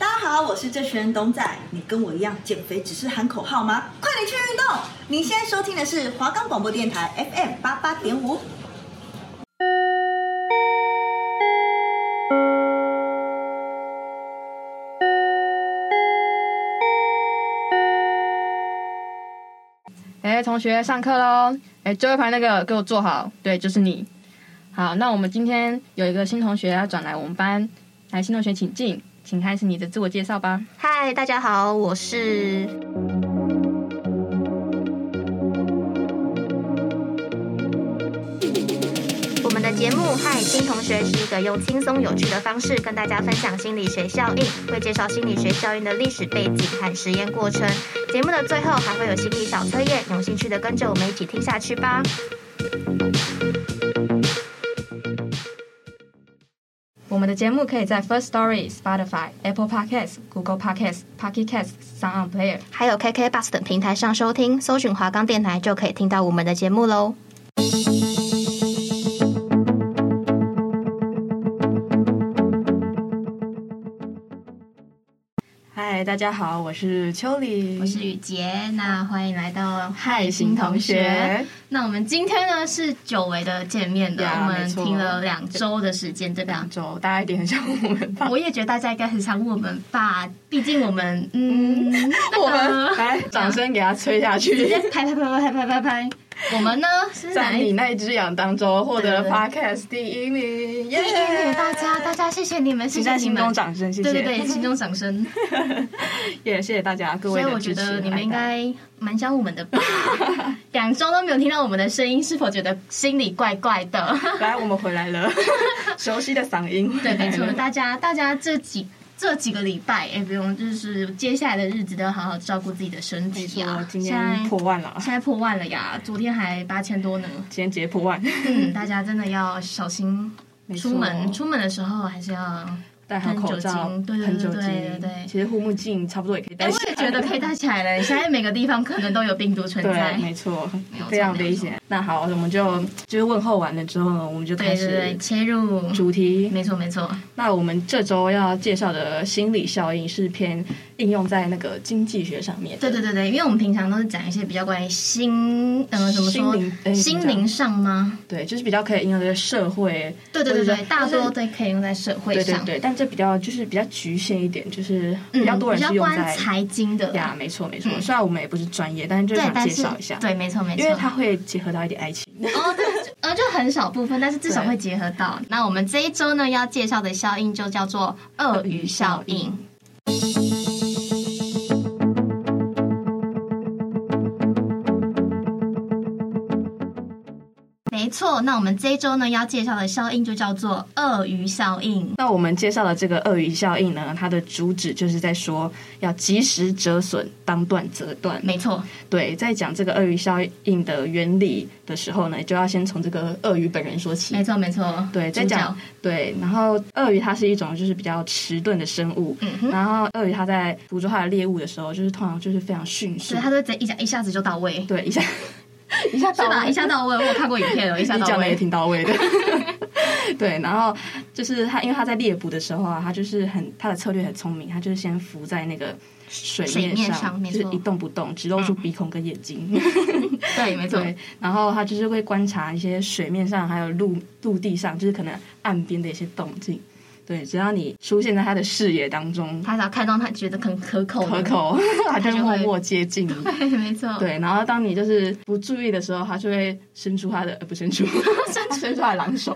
好，我是这群人董仔。你跟我一样减肥只是喊口号吗？快点去运动！你现在收听的是华冈广播电台 FM 八八点五。哎，同学，上课喽！哎，最后一排那个给我坐好，对，就是你。好，那我们今天有一个新同学要转来我们班，来，新同学请进，请开始你的自我介绍吧。嗨，大家好，我是我们的节目《嗨新同学》是一个用轻松有趣的方式跟大家分享心理学效应，会介绍心理学效应的历史背景和实验过程。节目的最后还会有心理小测验，有兴趣的跟着我们一起听下去吧。我们的节目可以在 First Story、Spotify、Apple Podcasts、Google Podcasts、Pocket Casts、Sound On Player。还有 KK Bus 等平台上收听，搜寻华冈电台就可以听到我们的节目喽。嗨，大家好，我是秋梨，我是雨杰，那欢迎来到嗨新同学。。那我们今天呢是久违的见面了呀我没们错停了两周的时间，对吧？周大家一点很像我们吧？我也觉得大家应该很想问我们吧，毕竟我们嗯，那我们个来掌声给他吹下直接去。拍拍拍拍拍拍拍拍，我们呢是哪在一你那一只羊当中获得了对 Podcast 第一名， 耶谢谢大家，大家谢谢你们，谢请谢在你心们中。掌声，谢谢，对对对，心中掌声。也谢谢大家各所位以的我觉支持得爱你们戴应该蛮想我们的吧？两周都没有听到我们的声音，是否觉得心里怪怪的？来，我们回来了， 熟悉的嗓音，对，没 回错，来了大家大家这几这几个礼拜，哎，不用，就是接下来的日子都要好好照顾自己的身没体错啊，。今现天在破万了，现在破万了呀，昨天还八千多呢。今天直接破 万，嗯，大家真的要小心没错出门，出门的时候还是要。戴好口罩，喷酒精对对喷酒对对精对对其实护目镜差不多也可以戴哎，我起来。也觉得可以戴起来 了。现在每个地方可能都有病毒存对，在。没错没有，错非常没有危险。那好，我们就就是问候完了之后呢，我们就对开对对，始切入，主题。没错没错。那我们这周要介绍的心理效应是偏应用在那个经济学上面的。对对对对，因为我们平常都是讲一些比较关于心，呃，怎么心说灵哎，心怎么灵讲上吗？对，就是比较可以应用在社会。对对或对者对，是大多对可以用在社会对对上，对，但这比较就是比较局限一点，就是嗯比较多人是比较用关在。财经的啦，呀，没错没错。虽然我们也不是专业，但是就对想，但介是绍一下，对，没错没错，因为它会结合到一点爱情。哦，对， 就呃，就很少部分，但是至少对会结合到。那我们这一周呢，要介绍的效应就叫做鳄鱼效应。没错，那我们这一周呢要介绍的效应就叫做鳄鱼效应。那我们介绍的这个鳄鱼效应呢，它的主旨就是在说要及时折损，当断则断。没错，对，在讲这个鳄鱼效应的原理的时候呢，就要先从这个鳄鱼本人说起没。错，没错。对，在主讲角对，然后鳄鱼它是一种就是比较迟钝的生物，嗯哼，然后鳄鱼它在捕捉它的猎物的时候，就是通常就是非常迅速所以，他都直接一下一下子就到位，对，一下一下是到吧？位一 下到位，我有看过影片哦，一下你到讲的也位。挺到 位的。对，然后就是他，因为他在猎捕的时候啊，他就是很他的策略很聪明，他就是先浮在那个水面水面上没就是错嗯一动不动，只露出鼻孔跟眼睛。对，没错。对，然后他就是会观察一些水面上还有陆陆地上，就是可能岸边的一些动静。对，只要你出现在他的视野当中，他只要看到他觉得很可口的，可口，他就嗯就会会默默接近你。 对，没错，对，然后当你就是不注意的时候，它就会伸出它的，呃、不伸出， 伸伸出它的狼手，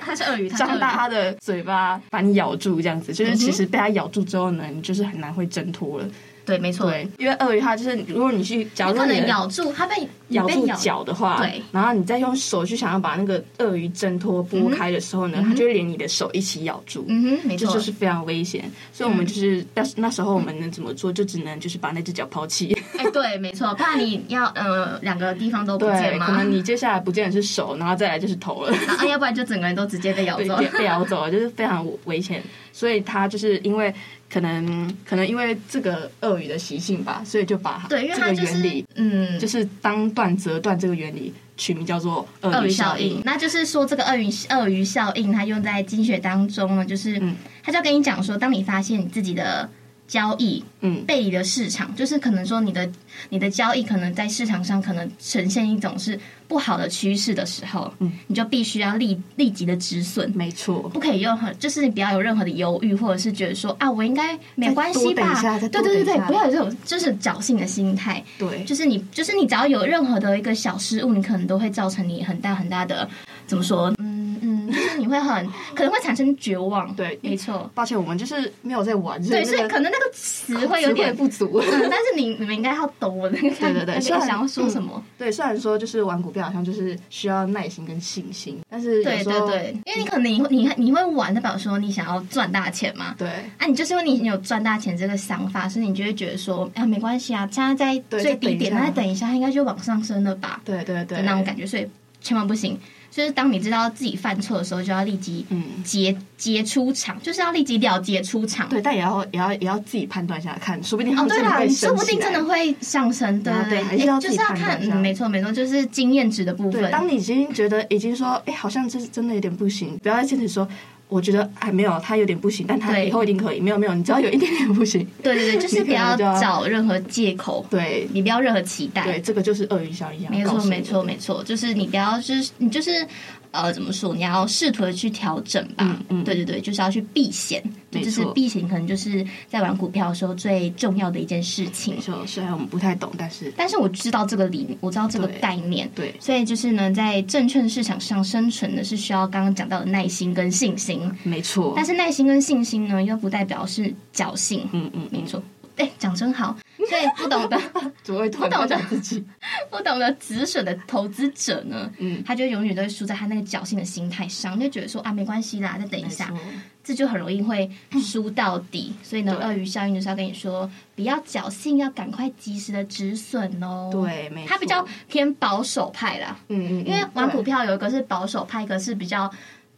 他是鳄鱼，他是鳄张鱼大它的嘴巴把你咬住，这样子，嗯就是其实被它咬住之后呢，你就是很难会挣脱了。对，没错，对，因为鳄鱼它就是，如果你去，假你如可你能的咬住他被你咬被住咬脚的话，对，然后你再用手去想要把那个鳄鱼挣脱拨开的时候呢，它就会连你的手一起咬住。嗯哼，没这错，嗯就是非常危险，所以我们就是那、那时候我们能怎么做，就只能就是把那只脚抛弃。哎、对，没错，怕你要呃两个地方都不见对，嘛，可能你接下来不见的是手，然后再来就是头了。然后啊，要不然就整个人都直接被咬对走，被被咬走了，就是非常危险。所以他就是因为可能可能因为这个鳄鱼的习性吧，所以就把对，因为这它个就是原理，嗯就。是当断则断这个原理取名叫做“鳄鳄鱼鱼效效应应”。，那就是说这个鳄鱼鳄鱼效应，它用在经学当中呢，就是、嗯它就要跟你讲说，当你发现你自己的交易嗯，背离了市场，就是可能说你的你的交易可能在市场上可能呈现一种是不好的趋势的时候，嗯，你就必须要立立即的止损。没错。不可以任何，就是你不要有任何的犹豫，或者是觉得说啊，我应该没关系再多等一吧下，对再多对等一对下对，不要有这种就是侥幸的心态，对，就是你，就是你只要有任何的一个小失误，你可能都会造成你很大很大的怎么说？嗯嗯，就是你会很可能会产生绝望。对没错，抱歉，我们就是没有在玩，对，那所以个可能那个词会有点词汇，不足。嗯，但是你你们应该要懂我的那个，对对对虽想然想要说什么？ 对，虽然说就是玩股票好像就是需要耐心跟信心，但是嗯有对时对候对，因为你可能你会你你会玩，代表说你想要赚大钱嘛。对啊，你就是因为你有赚大钱这个想法，所以你就会觉得说，啊，没关系啊，现在在对最再等低一点，下那再等一下，它应该就往上升了吧？对对对的那种感觉，所以千万不行。就是当你知道自己犯错的时候，就要立即嗯结结出场，就是要立即了结出场。对，但也要也要也要自己判断一下，看，说不定他哦，们对真的啦，会你说升不起定真来的会上升，对啊对对还是诶要自就是己要判断看，一下嗯没错没错，就是经验值的部对，分。当你已经觉得已经说，哎、好像这是真的有点不行，不要再坚持说，我觉得还没有，他有点不行，但他对以后一定可以。没有没有，你只要有一点点不行，对对对，就是你可不能要就要找任何借口，对你不要任何期待。对，这个就是鳄鱼效应。啊没错，没错，没没错，就是你不要，就是你就是呃，怎么说？你要试图的去调整吧。嗯嗯对对对，就是要去避险，这没就是错避险，可能就是在玩股票的时候最重要的一件事情没。错。虽然我们不太懂，但是但是我知道这个理念，我知道这个对概念，对所以就是呢，在证券市场上生存呢，是需要刚刚讲到的耐心跟信心。没错。但是耐心跟信心呢，又不代表是侥幸。嗯嗯，没错，哎，讲真好。所以不懂得 只会突然不懂到的讲自己。不懂得止损的投资者呢，嗯，他就永远都会输在他那个侥幸的心态上，就觉得说 啊没关系啦，再等一没下错，，这就很容易会输到底。所以呢，对鳄鱼效应就是要跟你说，不要侥幸，要赶快及时的止损哦。，对，没错。他比较偏保守派啦，嗯嗯，因为玩股票票有一个是保守派，一个是比较。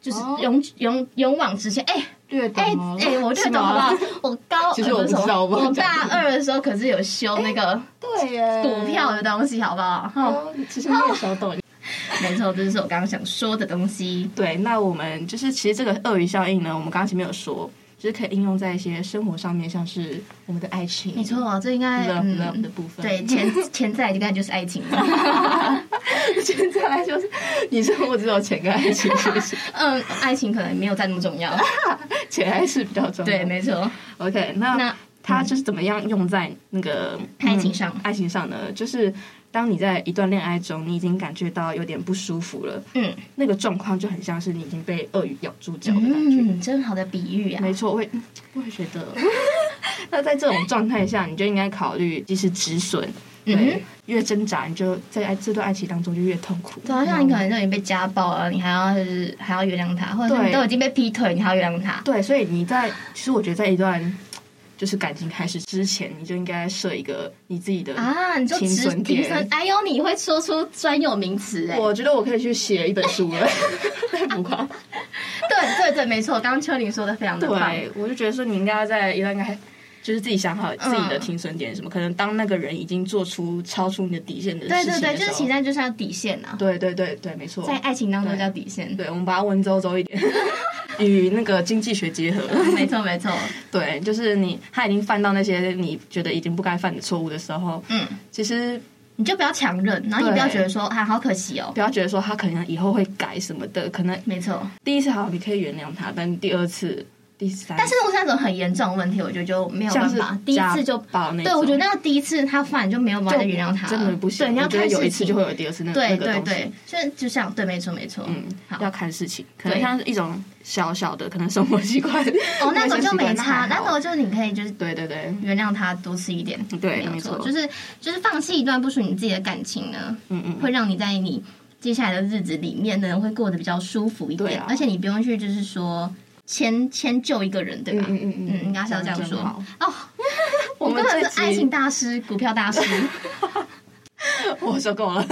就是哦勇勇勇往直前，哎略懂哎哦哎，我略是懂吗好不好？ 我 高其实呃我不是哎不知道我我忘了讲大二的时候可是有修那个对耶，股票的东西，好不好？哦，哦，其实你也小懂。没错，这就是我刚刚想说的东西。对，那我们就是其实这个鳄鱼效应呢，我们刚刚前面有说，就是可以应用在一些生活上面，像是我们的爱情，没错，这应该 love 嗯 love 的部分。对，潜潜在应该就是爱情了。 现在来就是你生活只有钱跟爱情，是不是？ 嗯，爱情可能没有再那么重要。钱还是比较重要。对，没错。 OK，那那它就是怎么样用在那个、嗯嗯爱情上爱情上呢，就是当你在一段恋爱中，你已经感觉到有点不舒服了，嗯那个状况就很像是你已经被鳄鱼咬住脚的感觉。嗯，真好的比喻啊。没错，我也嗯我也觉得。 那在这种状态下，你就应该考虑及时止损。嗯对，越挣扎，你就在爱这段爱情当中就越痛苦。对啊，像你可能就已经被家暴了，你还要就是还要原谅他，或者是对你都已经被劈腿，你还要原谅他。对，所以你在其实我觉得在一段就是感情开始之前，你就应该设一个你自己的。啊，你就停直损停点损，哎呦，你会说出专有名词哎、我觉得我可以去写一本书了， 太浮夸。 对对对，没错，刚刚秋玲说的非常的棒。对，我就觉得说你应该在一段应该就是自己想好自嗯己的停损点是什么，可能当那个人已经做出超出你的底线的对事对情对，的就时是候，其实就是要底线啊，对对对对，没错，在爱情当中叫底线。对，我们把它文绉绉一点， 与那个经济学结合。 没错没错，对，就是你他已经犯到那些你觉得已经不该犯的错误的时候，嗯，其实你就不要强忍，然后对也不要觉得说啊好可惜哦不。要觉得说他可能以后会改什么的，可能没错，第一次好你可以原谅他，但第二次、第三次，但是如果是那种很严重的问题，我觉得就没有办像是法，第一次就家暴那种对我觉得那个第一次他犯就没有办法就再原谅他了，真的不行。对，你要我觉看得事有情，一次就会有第二次那对嗯那个对东对西。，就是就像对，没错没错，嗯，好要看事情，可能对像是一种小小的，可能生活习惯。哦，那种种就没差，那种种就你可以就是对对对，原谅他多吃一点，对没有嗯没错，错就是就是放弃一段不属于你自己的感情呢，嗯嗯，会让你在你接下来的日子里面呢，会过得比较舒服一对点，啊而且你不用去就是说迁迁就一个人，对吧？嗯嗯嗯嗯，应该是要这样真说好 哦。我们根本这是爱集情大师、股票大师， 我受够了。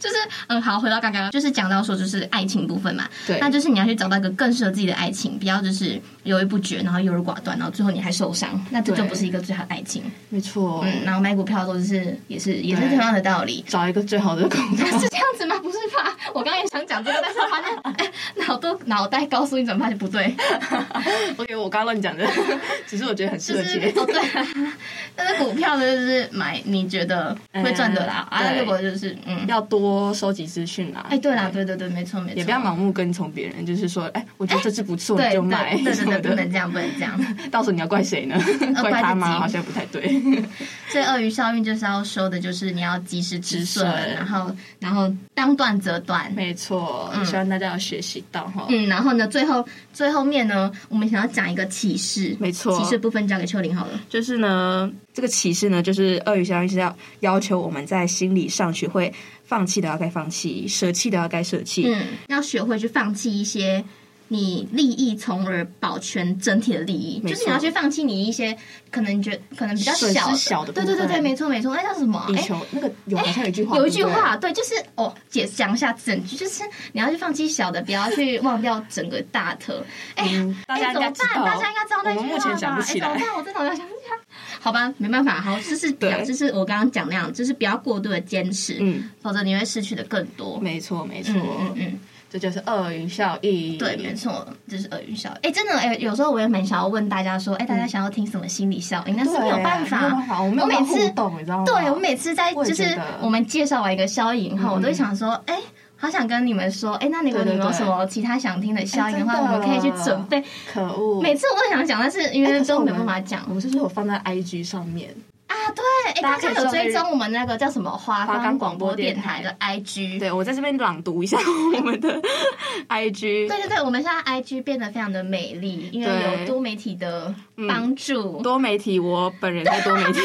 就是嗯，好，回到刚刚，就是讲到说就是爱情部分嘛，对那就是你要去找到一个更适合自己的爱情，不要就是犹豫不决，然后优柔寡断，然后最后你还受伤，那这就对不是一个最好的爱情。没错，嗯，然后买股票都是也是也是对同样的道理。 找一个最好的工作。是这样子吗？不是吧？我刚刚也想讲这个，但是我发现，哎、脑都脑袋告诉你怎么发现 不对，我觉得我刚刚乱讲的， 只是我觉得很适就合是接。哦对啊。但是股票呢，就是买你觉得会赚的啦，嗯啊，对如果就是嗯，要多收集资讯啦。哎，对啦，对对对，没错没错，也不要盲目跟从别人，就是说，哎，我觉得这只不错，对，你对就买对什对么对，不能的。这样，不能这样。 到时候你要怪谁呢？ 怪怪他自己吗？好像不太对。所以鳄鱼效应就是要说的，就是你要及时止损，止损然后然后当断则断，没错，嗯希望大家有学习到哈。嗯，然后呢，最后最后面呢，我们想要讲一个启示，没错启示部分交给秋玲好了。就是呢，这个启示呢，就是鳄鱼效应是要要求我们在心理上学会放弃的要该放弃，舍弃的要该舍弃。嗯，要学会去放弃一些你利益，从而保全整体的利益。没就错是你要去放弃你一些可能觉可能比较损失小的，小的部对分对对对，没错没错。那叫什么？地哎、球那个有好像有一句话，有一对句不对话，对，就是哦，解讲一下整句，就是你要去放弃小的，不要去忘掉整个大特。哎、呀，嗯大哎家应怎么该办知？道，大家应该知道那句话吧？我们目前想不起来哎怎么办？我真的好像想不起来。好吧，没办法，好，就是比较，对就是我刚刚讲那样，就是不要过度的坚持，嗯，否则你会失去的更多。没错没错，嗯嗯嗯，这就是鳄鱼效应。对，没错，这是鳄鱼效应。哎，真的，哎，有时候我也蛮想要问大家说，哎，大家想要听什么心理效应？但嗯是对，没有办没有法办。法，我没有我每办法次互动，你知道吗？对我每次在哦我就也觉是得嗯我们介绍完一个效应以后，我都会想说，哎。好想跟你们说，哎、那你们对对有没有对什么其他想听的效应的话，哎真的我们可以去准备。可恶，每次我都想讲，但是因为哎可是都没我们办法讲我们是不是有放在 IG 上面？啊。对，哎、大大家家可以有稍微追踪我们那个叫什么华华冈冈广广播播电电台台的 IG。对，我在这边朗读一下我们的 IG，对对对，我们现在 IG 变得非常的美丽，因为对嗯有多媒体的帮助。多媒体，我本人在多媒体，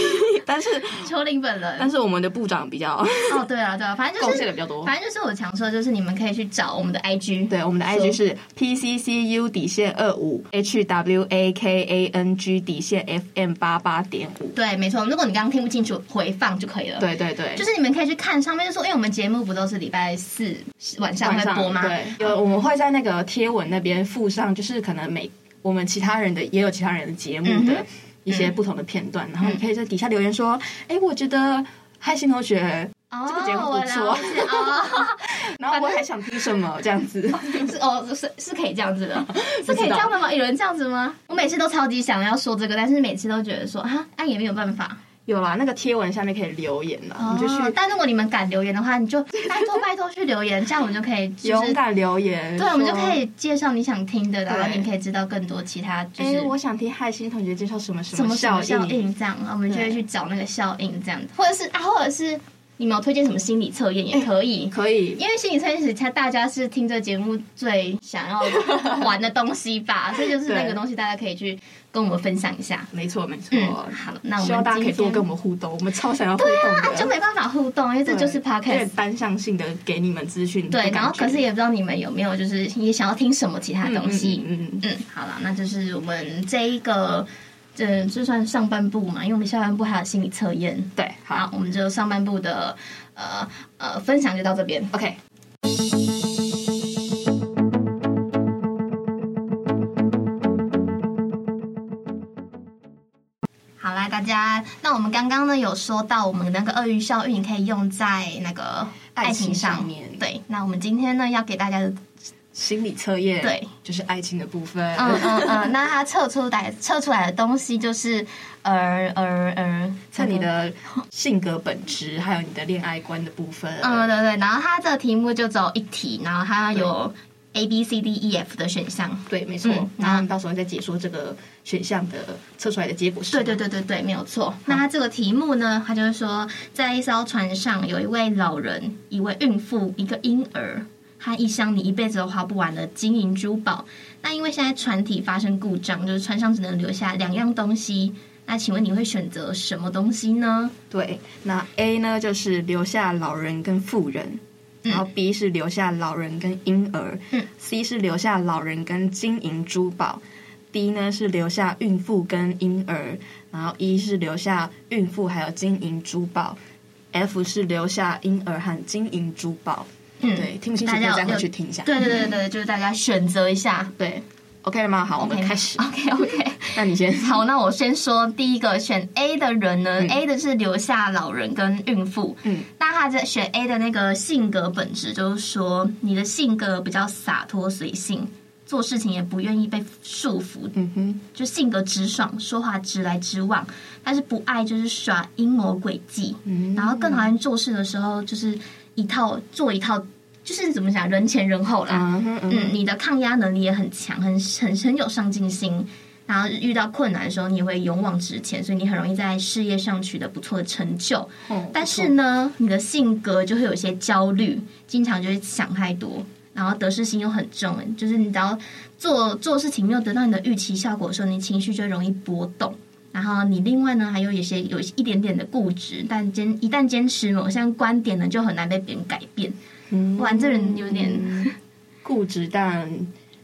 但是秋玲本人，但是我们的部长比较哦，对啊，对啊，反正就贡献的是，比较多。反正就是我常说，就是你们可以去找我们的 IG，对，我们的 IG 是 PCCU 底线二五 HWAKANG 底线 FM 八八点五。对，没错。如果你刚刚听不清楚，回放就可以了。，对对对，就是你们可以去看上面，就说，因为我们节目不都是礼拜四晚上晚会上播吗？对，有我们会在那个贴文那边附上，就是可能每我们其他人的也有其他人的节目嗯哼嗯的一些不同的片段，然后你可以在底下留言说，哎、我觉得。嗨，新同学，哦，这个节目不我了错解哦，然后我还想听什么这样子？是哦，是是可以这样子的，是可以这样的吗？有人这样子吗？我每次都超级想要说这个，但是每次都觉得说啊，啊也没有办法。 有啦，那个贴文下面可以留言啦，哦你就去但如果你们敢留言的话，你就 拜托拜托去留言，这样我们就可以就勇是敢留言。对，我们就说可以介绍你想听的，然后对你可以知道更多其他就哎、是我想听害心同学介绍什么什什么什么效效应这样，然后我们就会对去找那个效应这样，或者是啊，或者是你们有推荐什么心理测验哎也可以。可以，因为心理测验是它大家是听这节目最想要玩的东西 吧，所以就是那个对东西大家可以去跟我们分享一下。没错没错、嗯，好，那我希望们大家可以今多天跟我们互动，我们超想要互动的。啊就没办法互动，因为这就是有 podcast 点单向性的给你们资讯的对，感觉。然后可是也不知道你们有没有就是也想要听什么其他东西。嗯嗯嗯嗯好了，那就是我们这一个，嗯，这算上半部嘛，因为我们下半部还有心理测验。对，好，好我们就上半部的呃呃分享就到这边。 ，OK。好啦，大家，那我们刚刚呢有说到我们那个鳄鱼效应可以用在那个爱爱情情上上面对，那我们今天呢要给大家的心理测验，对，就是爱情的部分。嗯嗯 嗯，那它测出来测出来的东西就是呃呃呃，测你的性格本质，还有你的恋爱观的部分。嗯，对对，然后它这个题目就只有一题，然后它有 A B C D E F 的选项。对，没错嗯。然后你到时候再解说这个选项的测出来的结果是。对对，对对对，没有错。那它这个题目呢，它就是说，在一艘船上有一位老人、一位孕妇、一个婴儿和一箱你一辈子都花不完的金银珠宝。那因为现在船体发生故障，就是船上只能留下两样东西。那请问你会选择什么东西呢？对。那 A 呢，就是留下老人跟妇人。然后 B 是留下老人跟婴儿、嗯 c 是留下老人跟金银珠宝，D 呢是留下孕妇跟婴儿，然后 E 是留下孕妇还有金银珠宝 F 是留下婴儿和金银珠宝。嗯对，听不清楚可以大家有再回去听一下。对对对对，就是大家选择一下。对，OK 了吗？好，我们开始。 OK OK，那你先。好，那我先说第一个选 A 的人呢、嗯 a 的是留下老人跟孕妇。嗯，那他在选 A 的那个性格本质，就是说你的性格比较洒脱随性，做事情也不愿意被束缚，嗯哼，就性格直爽，说话直来直往，但是不爱就是耍阴谋诡计，嗯然后更讨厌做事的时候就是一套做一套，就是怎么讲人前人后啦。嗯哼嗯嗯，哼你的抗压能力也很强，很很很有上进心。然后遇到困难的时候，你也会勇往直前，所以你很容易在事业上取得不错的成就。哦但是呢，你的性格就会有一些焦虑，经常就会想太多，然后得失心又很重。欸就是你只要做做事情没有得到你的预期效果的时候，你情绪就会容易波动。然后你另外呢，还有一些有一点点的固执，但坚一旦坚持某项观点呢，就很难被别人改变。嗯哇，这人有点。固执，但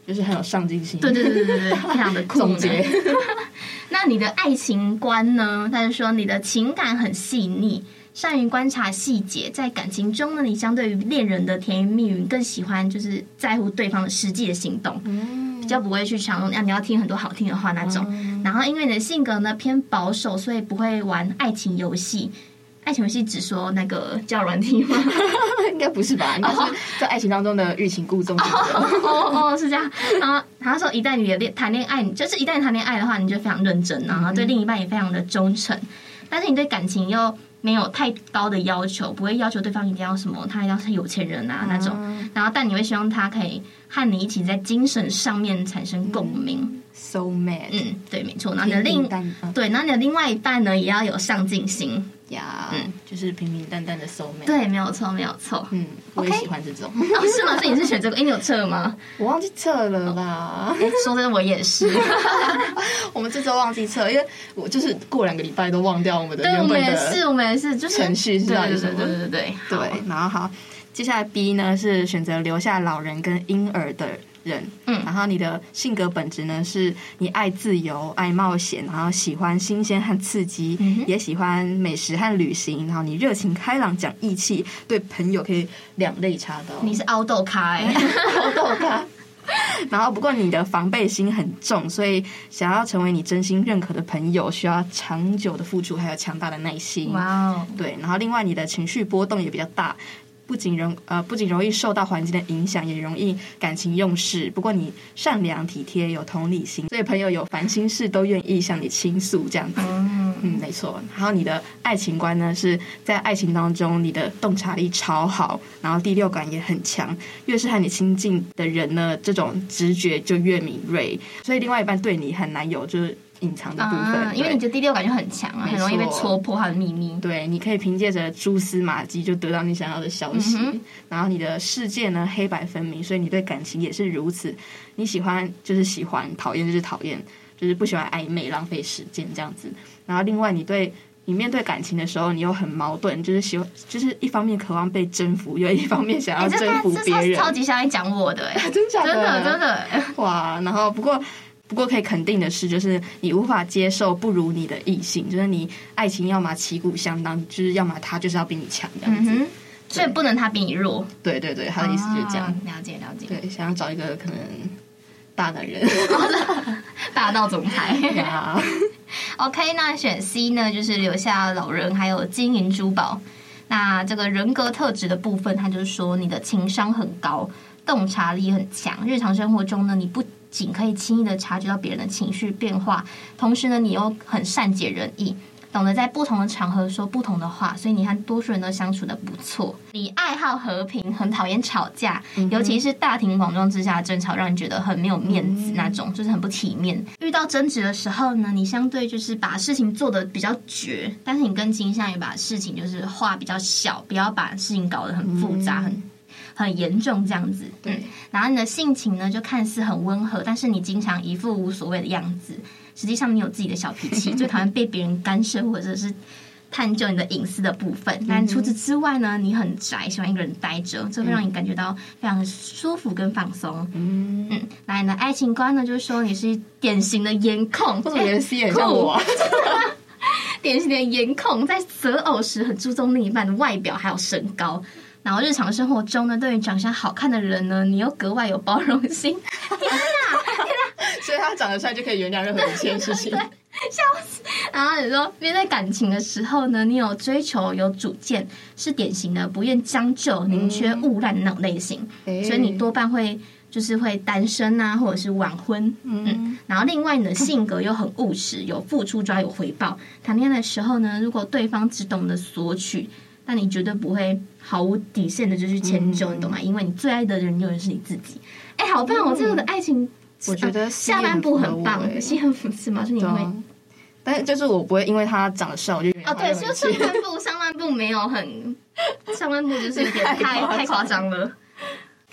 就是很有上进心。对对对对对，对，非常 的酷总呢。结 那你的爱情观呢？他就说你的情感很细腻，善于观察细节，在感情中呢，你相对于恋人的甜言蜜语，更喜欢就是在乎对方的实际的行动，比较不会去想啊你要听很多好听的话那种。然后因为你的性格呢偏保守，所以不会玩爱情游戏。爱情游戏只说那个叫软体吗？应该不是 吧？应该是在爱情当中的欲擒故纵。哦哦，是这样。然后他说，一旦你的恋谈恋爱，你就是一旦谈恋爱的话，你就非常认真，然后对另一半也非常的忠诚，但是你对感情又没有太高的要求，不会要求对方一定要什么，他一定要是有钱人啊那种。然后，但你会希望他可以和你一起在精神上面产生共鸣。 So mad。嗯，对，没错。然后你的另平平淡嗯淡对，然后你的另外一半呢，也要有上进心。呀嗯，就是平平淡淡的 So mad。，对，没有错，没有错。嗯，我也 OK 喜欢这种。 哦，是吗？所以你是选这个？哎，你有测吗？我忘记测了啦，哎说真的，我也是。 我们这周忘记测，因为我就是过两个礼拜都忘掉我们的对，我原们本也的是，我们也是，就是程序是对到底对什对么对对对对，然后好，接下来 B 呢是选择留下老人跟婴儿的人，嗯然后你的性格本质呢是你爱自由、爱冒险，然后喜欢新鲜和刺激，嗯哼也喜欢美食和旅行，然后你热情开朗、讲义气，对朋友可以两肋插刀，你是凹豆咖哎、 好逗 他。然后，不过你的防备心很重，所以想要成为你真心认可的朋友，需要长久的付出，还有强大的耐心。哇哦，对，然后另外你的情绪波动也比较大，不仅容呃不仅容易受到环境的影响，也容易感情用事。不过你善良体贴，有同理心，所以朋友有烦心事都愿意向你倾诉，这样子。嗯，嗯，没错。然后你的爱情观呢，是在爱情当中，你的洞察力超好，然后第六感也很强。越是和你亲近的人呢，这种直觉就越敏锐，所以另外一半对你很难有就是隐藏的部分，啊，因为对你的第六感就很强啊，没错很容易被戳破他的秘密。对，你可以凭借着蛛丝马迹就得到你想要的消息。嗯哼然后你的世界呢黑白分明，所以你对感情也是如此。你喜欢就是喜欢，讨厌就是讨厌，就是不喜欢暧昧、浪费时间这样子。然后另外你对。你面对感情的时候，你又很矛盾，就是喜欢，就是一方面渴望被征服，又一方面想哎、要这征他服这别超人。超级像在讲我的 哎、真假真的的真的，哎哇，然后不过不过可以肯定的是，就是你无法接受不如你的异性，就是你爱情要么旗鼓相当，就是要么他就是要比你强这样嗯子。哼，所以不能他比你弱。对对对，他的意思就是这样。啊了解了解，对，想要找一个可能大男 人啊霸道总裁。呀， OK，那选 C 呢，就是留下老人还有金银珠宝。那这个人格特质的部分，他就是说你的情商很高，洞察力很强。日常生活中呢，你不仅可以轻易的察觉到别人的情绪变化，同时呢，你又很善解人意，懂得在不同的场合说不同的话，所以你和多数人都相处的不错。你爱好和平，很讨厌吵架，尤其是大庭广众之下的争吵，让你觉得很没有面子那种，就是很不体面。遇到争执的时候呢，你相对就是把事情做得比较绝，但是你更倾向于把事情就是话比较小，不要把事情搞得很复杂、很很严重这样子。嗯对，然后你的性情呢，就看似很温和，但是你经常一副无所谓的样子。实际上，你有自己的小脾 气，最讨厌被别人干涉或者是探究你的隐私的部分。但除此之外呢，你很宅，喜欢一个人待着，这会让你感觉到非常舒服跟放松。嗯嗯，那你的爱情观呢，就是说你是典型的颜控，为什么哎觉得 C 很像我啊？典型的颜控，在择偶时很注重另一半的外表还有身高。然后日常生活中呢，对于长相好看的人呢，你又格外有包容心， 所以他长得帅就可以原谅任何一件事 情。然啊后你说面对感情的时候呢，你有追求、有主见，是典型的不愿将就、宁缺毋滥的那种类型，嗯所以你多半会就是会单身啊，或者是晚婚。嗯，然后另外你的性格又很务实，有付出抓有回报。谈恋爱的时候呢，如果对方只懂得索取，那你绝对不会毫无底线的就去迁就，你懂嗯吗？因为你最爱的人永远是你自己。哎，好棒哦！这样的爱情，我觉得呃西恩下半部符合很我棒，哎西很服是吗？是你对会啊。但是就是我不会因为他长得哎帅我就原谅他哦，对，任何就一上切半部，上半部没有很，上半部就是有点太夸张太太夸张了。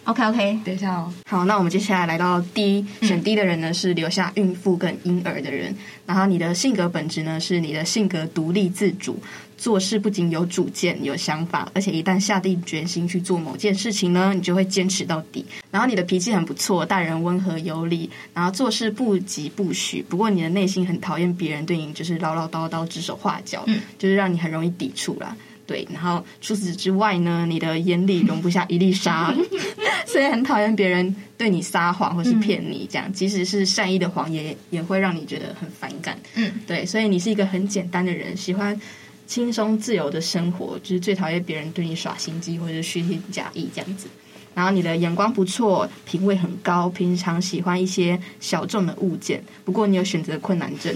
OK OK，等一下哦。好，那我们接下来来到 D，选 D 的人呢是留下孕妇跟婴儿的人，然后你的性格本质呢是你的性格独立自主，做事不仅有主见、有想法，而且一旦下定决心去做某件事情呢，你就会坚持到底。然后你的脾气很不错，待人温和有礼，然后做事不急不徐。不过你的内心很讨厌别人对你就是唠唠叨叨、指手画脚，就是让你很容易抵触啦。对，然后除此之外呢，你的眼里容不下一粒沙， 所以很讨厌别人对你撒谎或是骗你这样，即使是善意的谎言，也会让你觉得很反感。嗯，对，所以你是一个很简单的人，喜欢轻松自由的生活，就是最讨厌别人对你耍心机或者是虚情假意这样子。然后你的眼光不错，品味很高，平常喜欢一些小众的物件。不过你有选择困难症，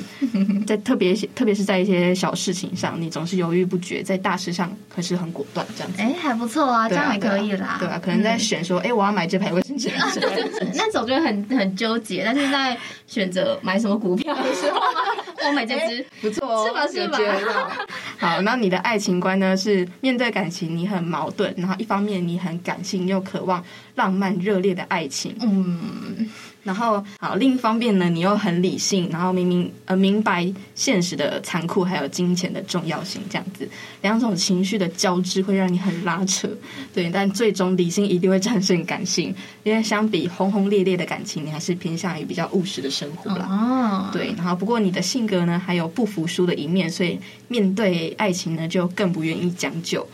在特别特别是在一些小事情上，你总是犹豫不决；在大事上可是很果断这样子。哎、还不错啊，这对啊样还可以啦。嗯对啊，可能在选说，哎、我要买这排卫生纸， 还是这样子那时候就很很纠结，但是在选择买什么股票的时候 啊，我买这只， 不错哦，是吧是吧有觉得好，那你的爱情观呢？是面对感情你很矛盾，然后一方面你很感性又渴望浪漫热烈的爱情，嗯，然后好，另一方面呢，你又很理性，然后明明呃明白现实的残酷，还有金钱的重要性，这样子两种情绪的交织会让你很拉扯，对，但最终理性一定会战胜感性，因为相比轰轰烈烈的感情，你还是偏向于比较务实的生活啦。哦，对，然后不过你的性格呢，还有不服输的一面，所以面对爱情呢，就更不愿意将就。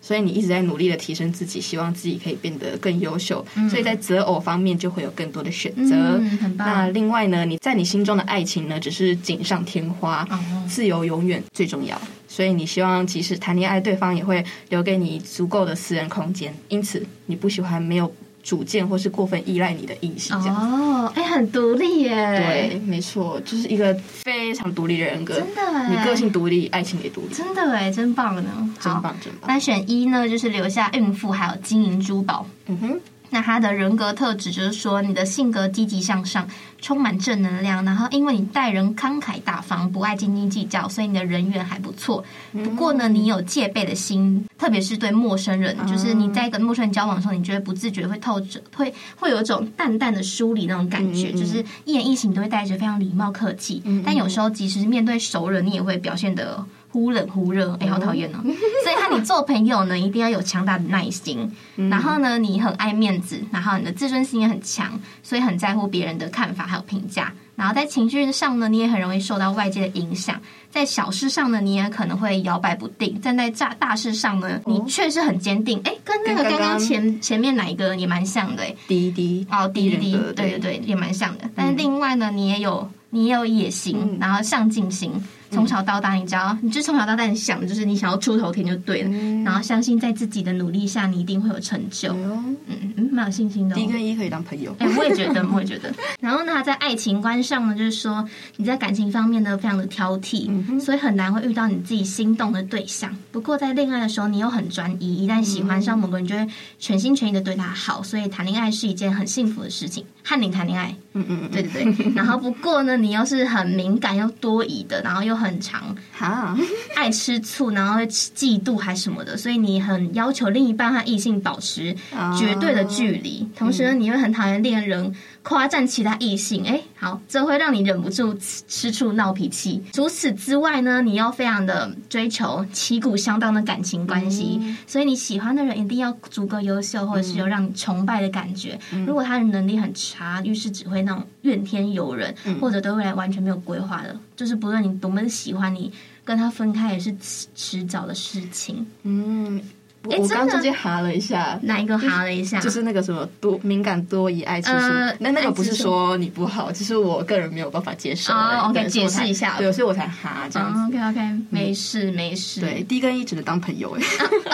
所以你一直在努力的提升自己，希望自己可以变得更优秀。所以在择偶方面就会有更多的选择。嗯，很那棒。另外呢，你在你心中的爱情呢，只是锦上添花，哦，自由永远最重要。所以你希望即使谈恋爱，对方也会留给你足够的私人空间。因此，你不喜欢没有主见或是过分依赖你的异性这样。哦，哎、很独立耶，对，，没错，就是一个非常独立的人格。真的哎，你个性独立，爱情也独立，真的哎，真棒呢，真好。棒，真棒。那选一呢，就是留下孕妇还有金银珠宝。嗯哼，那他的人格特质就是说，你的性格积极向上，充满正能量，然后因为你待人慷慨大方，不爱斤斤计较，所以你的人缘还不错。不过呢，你有戒备的心，特别是对陌生人，就是哦你在跟陌生人交往的时候，你就会不自觉会透着，会会有一种淡淡的疏离那种感觉，嗯嗯嗯就是一言一行都会带着非常礼貌客气，但有时候即使是面对熟人，你也会表现的。忽冷忽热，哎、好讨厌哦！所以，他你做朋友呢，一定要有强大的耐心。嗯然后呢，你很爱面子，然后你的自尊心也很强，所以很在乎别人的看法还有评价。然后在情绪上呢，你也很容易受到外界的影响。在小事上呢，你也可能会摇摆不定；站在大大事上呢，你确实很坚定。哎、跟那个哦跟刚刚刚刚前前面哪一个也蛮像的、诶滴滴，哦，滴滴，人格对对对，也蛮像的。但是另外呢，你也有你也有野心，嗯然后上进心。从小到大，你只要你就从小到大，你想的就是你想要出头天就对了，嗯然后相信在自己的努力下，你一定会有成就。哦嗯嗯，蛮有信心的、哦，D。跟 E 可以当朋友。哎、我也觉得，我也觉得。然后呢，他在爱情观上呢，就是说你在感情方面呢非常的挑剔，所以很难会遇到你自己心动的对象。不过在恋爱的时候，你又很专一，一旦喜欢上某个人，就会全心全意的对他好，所以谈恋爱是一件很幸福的事情。和你谈恋爱，嗯嗯嗯，对对对。然后不过呢，你又是很敏感又多疑的，然后又很常 哈，爱吃醋，然后会嫉妒还什么的，所以你很要哦求另一半和异性保持绝对的距离。同时呢，你会很讨厌恋人夸赞其他异性，哎，好，这会让你忍不住吃吃醋闹脾气。除此之外呢，你要非常的追求旗鼓相当的感情关系，嗯所以你喜欢的人一定要足够优秀，或者是有让你崇拜的感觉。嗯如果他的能力很差，遇事只会那种怨天尤人，嗯或者对未来完全没有规划的，就是不论你多么的喜欢你。跟他分开也是迟迟早的事情。嗯，我诶我哎真刚的中间哈了一下，哪一个哈了一下？就是那个什么多敏感多疑爱吃醋呃，那那爱个不吃是醋说你不好，只是我个人没有办法接受而已。哦，OK，对所以我解释才一下嗯对，所以我才哈这样子。嗯 o k OK，没事没事。对，D 跟 E 只能当朋友哎。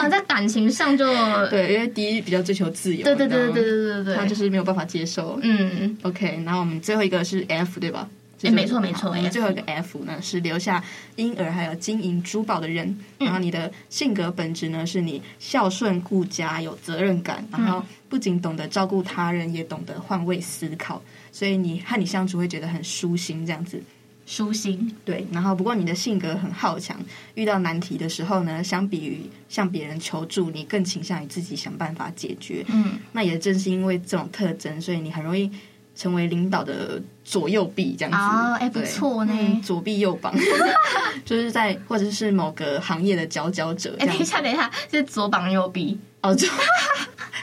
啊，在感情上就对对，因为 D 比较追求自由，对对对你知道吗对对对对，他就是没有办法接受。嗯， OK，然后我们最后一个是 F 对吧？就是哎没错没好错我们 F 最后一个 F 呢是留下婴儿还有金银珠宝的人，嗯然后你的性格本质呢是你孝顺顾家、有责任嗯感，然后不仅懂得照顾他人，也懂得换位思考，所以你和你相处会觉得很舒心这样子。舒心，对，然后不过你的性格很好强，遇到难题的时候呢，相比于向别人求助，你更倾向于自己想办法解决。嗯，那也正是因为这种特征，所以你很容易成为领导的左右臂这样子。哦哎不对错呢嗯左臂右膀， 就是在或者是某个行业的佼佼者这哎，等样一子。下等一下，是左膀右臂。哦，这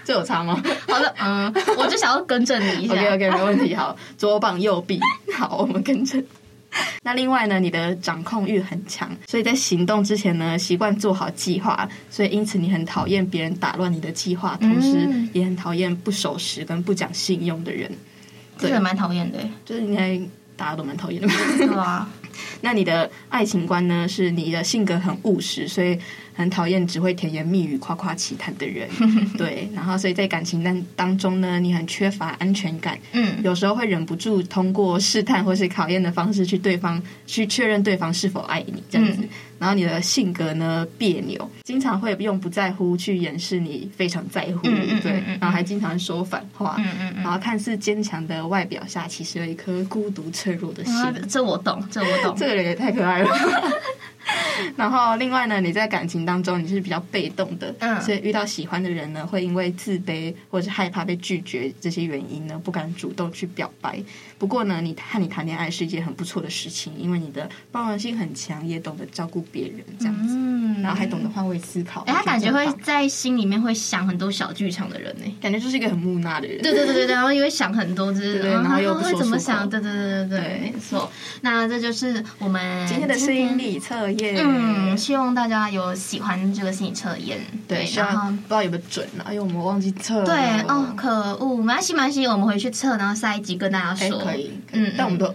这有差吗好的，嗯， 我就想要更正你一下。 ？OK OK，没问题。好，左膀右臂。 好，我们跟着。那另外呢，你的掌控欲很强，所以在行动之前呢，习惯做好计划，所以因此你很讨厌别人打乱你的计划，同时嗯也很讨厌不守时跟不讲信用的人。这个蛮讨厌的，嗯就是应该大家都蛮讨厌的吧。对啊， 那你的爱情观呢？是你的性格很务实，所以很讨厌只会甜言蜜语、夸夸其谈的 人。对，然后所以在感情当当中呢，你很缺乏安全感，嗯，有时候会忍不住通过试探或是考验的方式去对方去确认对方是否爱你这样子。嗯然后你的性格呢别扭，经常会用不在乎去掩饰你非常在乎，嗯嗯嗯对嗯嗯，然后还经常说反话，嗯嗯嗯然后看似坚强的外表下，其实有一颗孤独脆弱的心。啊，这我懂，这我懂这。个人也太可爱了。 然后，另外呢，你在感情当中你是比较被动的，嗯所以遇到喜欢的人呢，会因为自卑或者是害怕被拒绝这些原因呢，不敢主动去表白。不过呢，你和你谈恋爱是一件很不错的事情，因为你的包容性很强，也懂得照顾别人这样子，嗯，然后还懂得换位思考。哎，他感觉我会得很棒在心里面会想很多小剧场的人呢。感觉就是一个很木讷的人。对对对对对，然后也会想很多，就是对对嗯然后又他不会说怎么出口想？对对对对对，对没错。那这就是我们今天的声音力测验，嗯，希望大家有喜欢这个心理测验。对，希然后望不知道有没有准啊，因为我们忘记测了。对哦，可恶，没关系，没关系，我们回去测，然后下一集跟大家哎，说。可以，嗯嗯，但我们都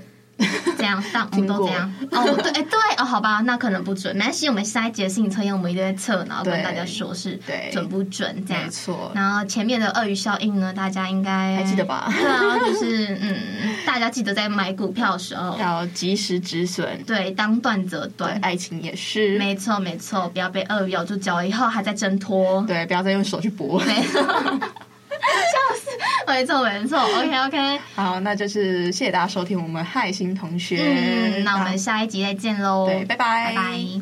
这样，但我们经都过这样。哦，对，哎对哦，好吧，那可能不准，没关系，我们下一节心理测验我们一定会测，然后跟对大家说是对准不准这样没。错，然后前面的鳄鱼效应呢，大家应该还记得 吧？对啊，就是嗯，大家记得在买股票的时候，要及时止损，对，当断则啊对，哎断。爱情也是，没错，没错，不要被鳄鱼咬住脚，以后还在挣脱。对，不要再用手去搏。没错，笑死，没错，没错。OK OK， 好，那 就是谢谢大家收听我们嗨心同学，嗯嗯，那我们下一集再见喽，对，拜拜，拜拜。